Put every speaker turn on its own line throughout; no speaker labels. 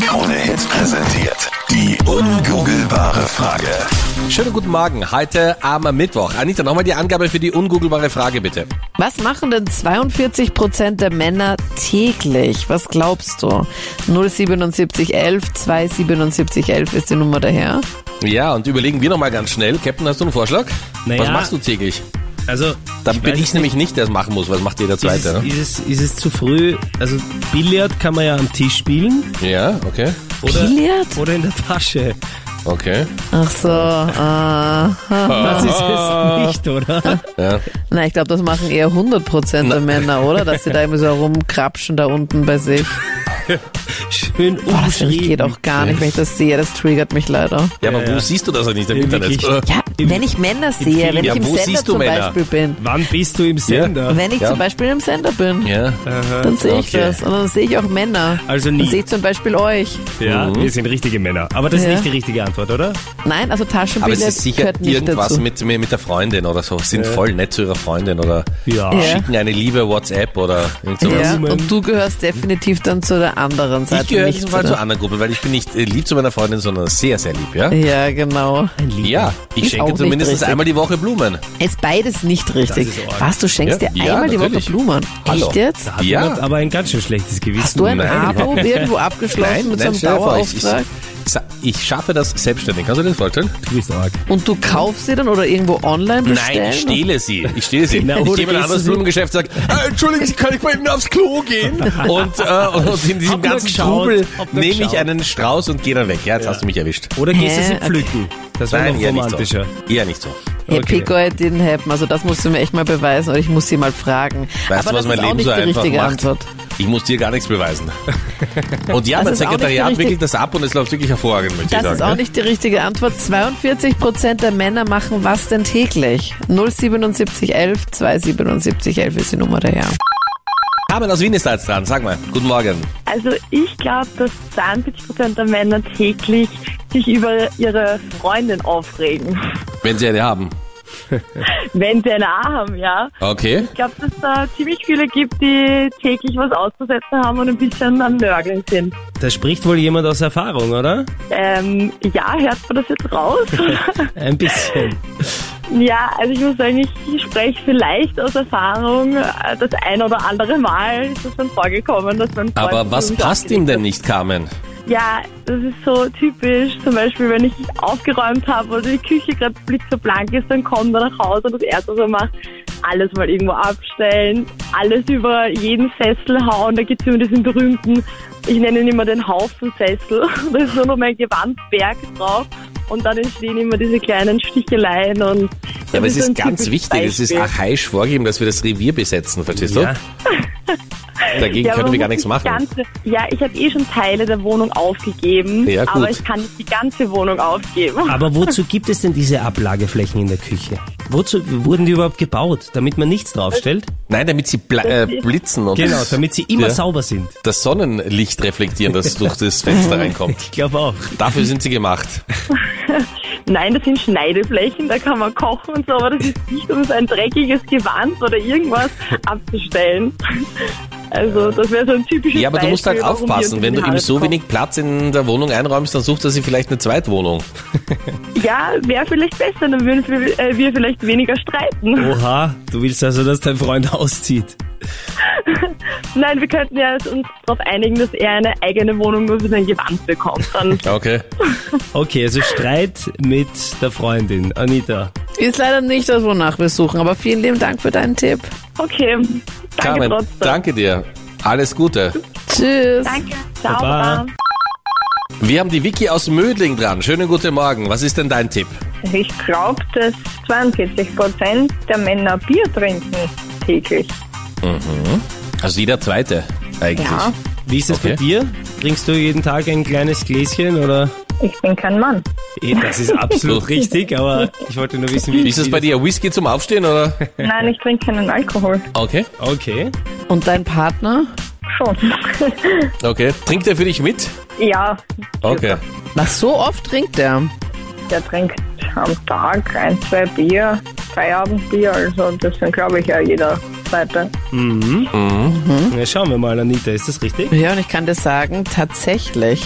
Krone Hits präsentiert. Die ungoogelbare Frage.
Schönen guten Morgen, heute am Mittwoch. Anita, nochmal die Angabe für die ungoogelbare Frage bitte.
Was machen denn 42 Prozent der Männer täglich? Was glaubst du? 07711, 27711 ist die Nummer daher.
Ja, und überlegen wir nochmal ganz schnell. Captain, hast du einen Vorschlag?
Naja.
Was machst du täglich?
Also,
Dann bin
weiß
ich nämlich nicht, der es machen muss. Was macht jeder
Ist,
Zweite?
es,
Ne?
ist, es, ist es zu früh? Also Billard kann man ja am Tisch spielen
Ja, okay.
oder,
Billard?
oder in der Tasche.
Okay.
Ach so,
Ah.
äh,
Das
Ah.
ist es nicht, oder?
Ja.
na, ich glaube, das machen eher 100 Prozent der Männer, oder? Dass sie da immer so herumkrapschen da unten bei sich.
Schön
Oh,
Boah, das geht
umschrieben.
auch gar nicht, wenn ich das sehe. Das triggert mich leider.
Ja, aber
Ja,
wo
ja.
siehst du das denn nicht im
Ja,
Internet?
wirklich.
oder?
Ja, wenn ich Männer sehe, wenn
Ja,
ich im
wo
Sender
siehst du
zum
Männer?
Beispiel bin.
Wann bist du im Sender?
Wenn ich
Ja.
zum Beispiel im Sender bin,
Ja.
dann sehe ich
Okay.
das. Und dann sehe ich auch Männer.
Also
Dann
nie.
sehe ich zum Beispiel euch.
Ja, wir sind richtige Männer. Aber das ist
Mhm. Ja.
nicht die richtige Antwort, oder?
Nein, also
Aber es
Taschenbillard
ist sicher
gehört nicht
irgendwas
dazu.
mit, mit mit der Freundin oder so. Sind voll nett zu ihrer Freundin oder
Ja.
Ja.
schicken eine liebe WhatsApp oder irgend sowas.
ja,
Blumen.
und du gehörst definitiv dann zu der anderen Seite.
Ich gehöre in
nicht
diesem Fall
zu
zur
der,
anderen Gruppe, weil ich bin nicht äh, lieb zu meiner Freundin, sondern sehr, sehr lieb, ja?
Ja, genau.
Ein Lied.
Ja, ich
Ist auch
schenke
nicht
zumindest
richtig.
einmal die Woche Blumen.
Ist beides nicht richtig.
Das ist arg.
Was, du schenkst
Ja,
dir
ja,
einmal die Woche
natürlich.
Blumen?
Hallo.
Echt jetzt?
Da hat
Ja.
jemand aber ein ganz schön schlechtes Gewissen.
Hast du ein
Nein,
Abo
überhaupt
irgendwo abgeschlossen mit so einem
stell dir vor, ich, ich,
Dauerauftrag?
ich schaffe das selbstständig. Kannst du dir das vorstellen?
Du bist arg.
Und du kaufst sie dann oder irgendwo online bestellen?
Nein, ich stehle sie. Ich stehle sie.
Na,
ich
oder
gehe in
gehst
ein
du
anderes
so-
Blumengeschäft und sage, äh, Entschuldigung, kann ich bei Ihnen aufs Klo gehen? Und, äh, und in diesem
Hab nur
ganzen
geschaut,
Trubel
hab nur
nehme ich
geschaut.
einen Strauß und gehe dann weg. Ja, jetzt
Ja.
hast du mich erwischt.
Oder gehst du
Hä?
sie
Okay.
pflücken? Das war
Nein,
noch
eher nicht so.
romantischer.
Eher nicht so.
Hey,
Okay.
Pico, it didn't happen. Also das musst du mir echt mal beweisen oder ich muss sie mal fragen.
Weißt
Aber
du, was
das
mein
ist auch
Leben
nicht
so
die
einfach
richtige
macht?
Antwort.
Ich muss dir gar nichts beweisen. Und ja, mein
Das ist auch nicht die
Sekretariat
richtige-
wickelt das ab und es läuft wirklich hervorragend, möchte ich
Das
sagen.
ist auch
ja.
nicht die richtige Antwort. 42 Prozent der Männer machen was denn täglich? 07711, 27711 ist die Nummer daher.
Carmen aus Wien ist da jetzt dran. Sag mal, guten Morgen.
Also ich glaube, dass 42 Prozent der Männer täglich sich über ihre Freundin aufregen,
Wenn Sie eine haben.
wenn sie eine A haben, ja.
Okay.
Ich glaube, dass da ziemlich viele gibt, die täglich was auszusetzen haben und ein bisschen am Nörgeln sind.
Da spricht wohl jemand aus Erfahrung, oder?
Ähm, ja, hört man das jetzt raus?
Ein bisschen.
ja, also ich muss sagen, ich spreche vielleicht aus Erfahrung. äh, Das ein oder andere Mal ist es dann vorgekommen, dass man...
Aber was passt ihm denn nicht, Carmen?
Ja, das ist so typisch. Zum Beispiel, wenn ich aufgeräumt habe oder die Küche gerade blitzeblank ist, dann kommt er nach Hause und das Erste, was er macht, alles mal irgendwo abstellen, alles über jeden Sessel hauen. Da gibt's immer diesen berühmten, ich nenne ihn immer den Haufensessel. Da ist nur noch mein Gewandberg drauf. Und dann entstehen immer diese kleinen Sticheleien und.
Ja, aber
das
es ist
ein
ganz
typisches
wichtig, es ist
Beispiel.
archaisch vorgegeben, dass wir das Revier besetzen, verstehst
Ja.
du? Dagegen
aber
können wir gar
man muss
nichts
die
machen.
Ganze, ja, ich habe eh schon Teile der Wohnung aufgegeben,
Ja, gut.
aber ich kann nicht die ganze Wohnung aufgeben.
Aber wozu gibt es denn diese Ablageflächen in der Küche? Wozu wurden die überhaupt gebaut? Damit man nichts draufstellt?
Nein, damit sie bla- äh, blitzen und
Genau, damit sie immer
Ja.
sauber sind.
das Sonnenlicht reflektieren, das durch das Fenster reinkommt.
Ich glaube auch.
Dafür sind sie gemacht.
Nein, das sind Schneideflächen, da kann man kochen und so, aber das ist nicht, um so ein dreckiges Gewand oder irgendwas abzustellen. Also, das wäre so ein typisches
Ja, aber du musst halt
Beispiel, warum wir uns
aufpassen. Wenn
in
du
die
ihm
Haare
so
kommen.
wenig Platz in der Wohnung einräumst, dann sucht er sich vielleicht eine Zweitwohnung.
Ja, wäre vielleicht besser, dann würden wir, äh, wir vielleicht weniger streiten.
Oha, du willst also, dass dein Freund auszieht.
Nein, wir könnten ja uns darauf einigen, dass er eine eigene Wohnung nur für sein Gewand bekommt. Dann
Okay.
Okay, also Streit mit der Freundin. Anita.
Ist leider nicht das, wonach wir suchen, aber vielen lieben Dank für deinen Tipp.
okay, danke
Carmen,
trotzdem.
danke dir. Alles Gute.
Tschüss.
Danke, ciao.
Baba.
Baba.
Wir haben die Vicky aus Mödling dran. Schönen guten Morgen. Was ist denn dein Tipp?
Ich glaube, dass 42 Prozent der Männer Bier trinken täglich.
Also jeder Zweite eigentlich.
Ja,
Wie ist es
Okay.
bei dir? Trinkst du jeden Tag ein kleines Gläschen oder?
ich bin kein Mann.
Eh, das ist absolut richtig, aber ich wollte nur wissen, wie
Wie ist es bei dir? Whisky zum Aufstehen oder?
Nein, ich trinke keinen Alkohol.
Okay.
Okay.
Und dein Partner?
Schon.
Okay. Trinkt er für dich mit?
ja,
Okay.
Na, so oft trinkt er.
der trinkt am Tag ein, zwei Bier, Feierabendbier, also das sind, glaube ich, ja jeder
Mitarbeiter.
Ja, schauen wir mal, Anita, ist das richtig?
Ja, und ich kann dir sagen, tatsächlich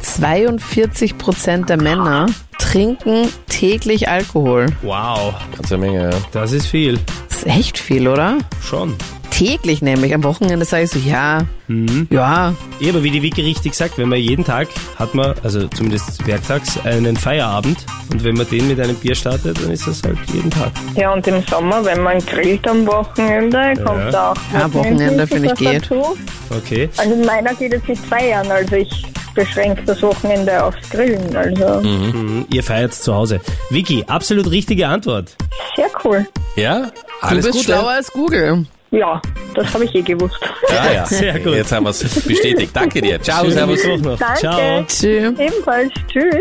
42 Prozent der Männer trinken täglich Alkohol.
Wow,
Ganze Menge, ja.
das ist viel.
Das ist echt viel, oder?
Schon.
Täglich nämlich. Am Wochenende sage ich so, ja,
Mhm.
ja,
Ja, aber wie die Vicky richtig sagt, wenn man jeden Tag hat man, also zumindest werktags, einen Feierabend und wenn man den mit einem Bier startet, dann ist das halt jeden Tag.
Ja, und im Sommer, wenn man grillt am Wochenende, kommt da auch.
Ja, am Ah, Wochenende, finde ich,
was
geht.
Dazu.
Okay.
Also meiner geht jetzt seit zwei Jahren, also ich beschränke das Wochenende aufs Grillen. Also
Mhm, Ihr feiert zu Hause. Vicky, absolut richtige Antwort.
sehr cool.
Ja?
du
Alles
bist
Gute.
schlauer als Google.
Ja, das habe ich eh gewusst.
Ja, ja.
Sehr gut.
Jetzt haben wir es bestätigt. Danke dir. Ciao,
Schönen
servus.
Mittwoch noch.
Danke.
Ciao.
Tschüss.
Ebenfalls, tschüss.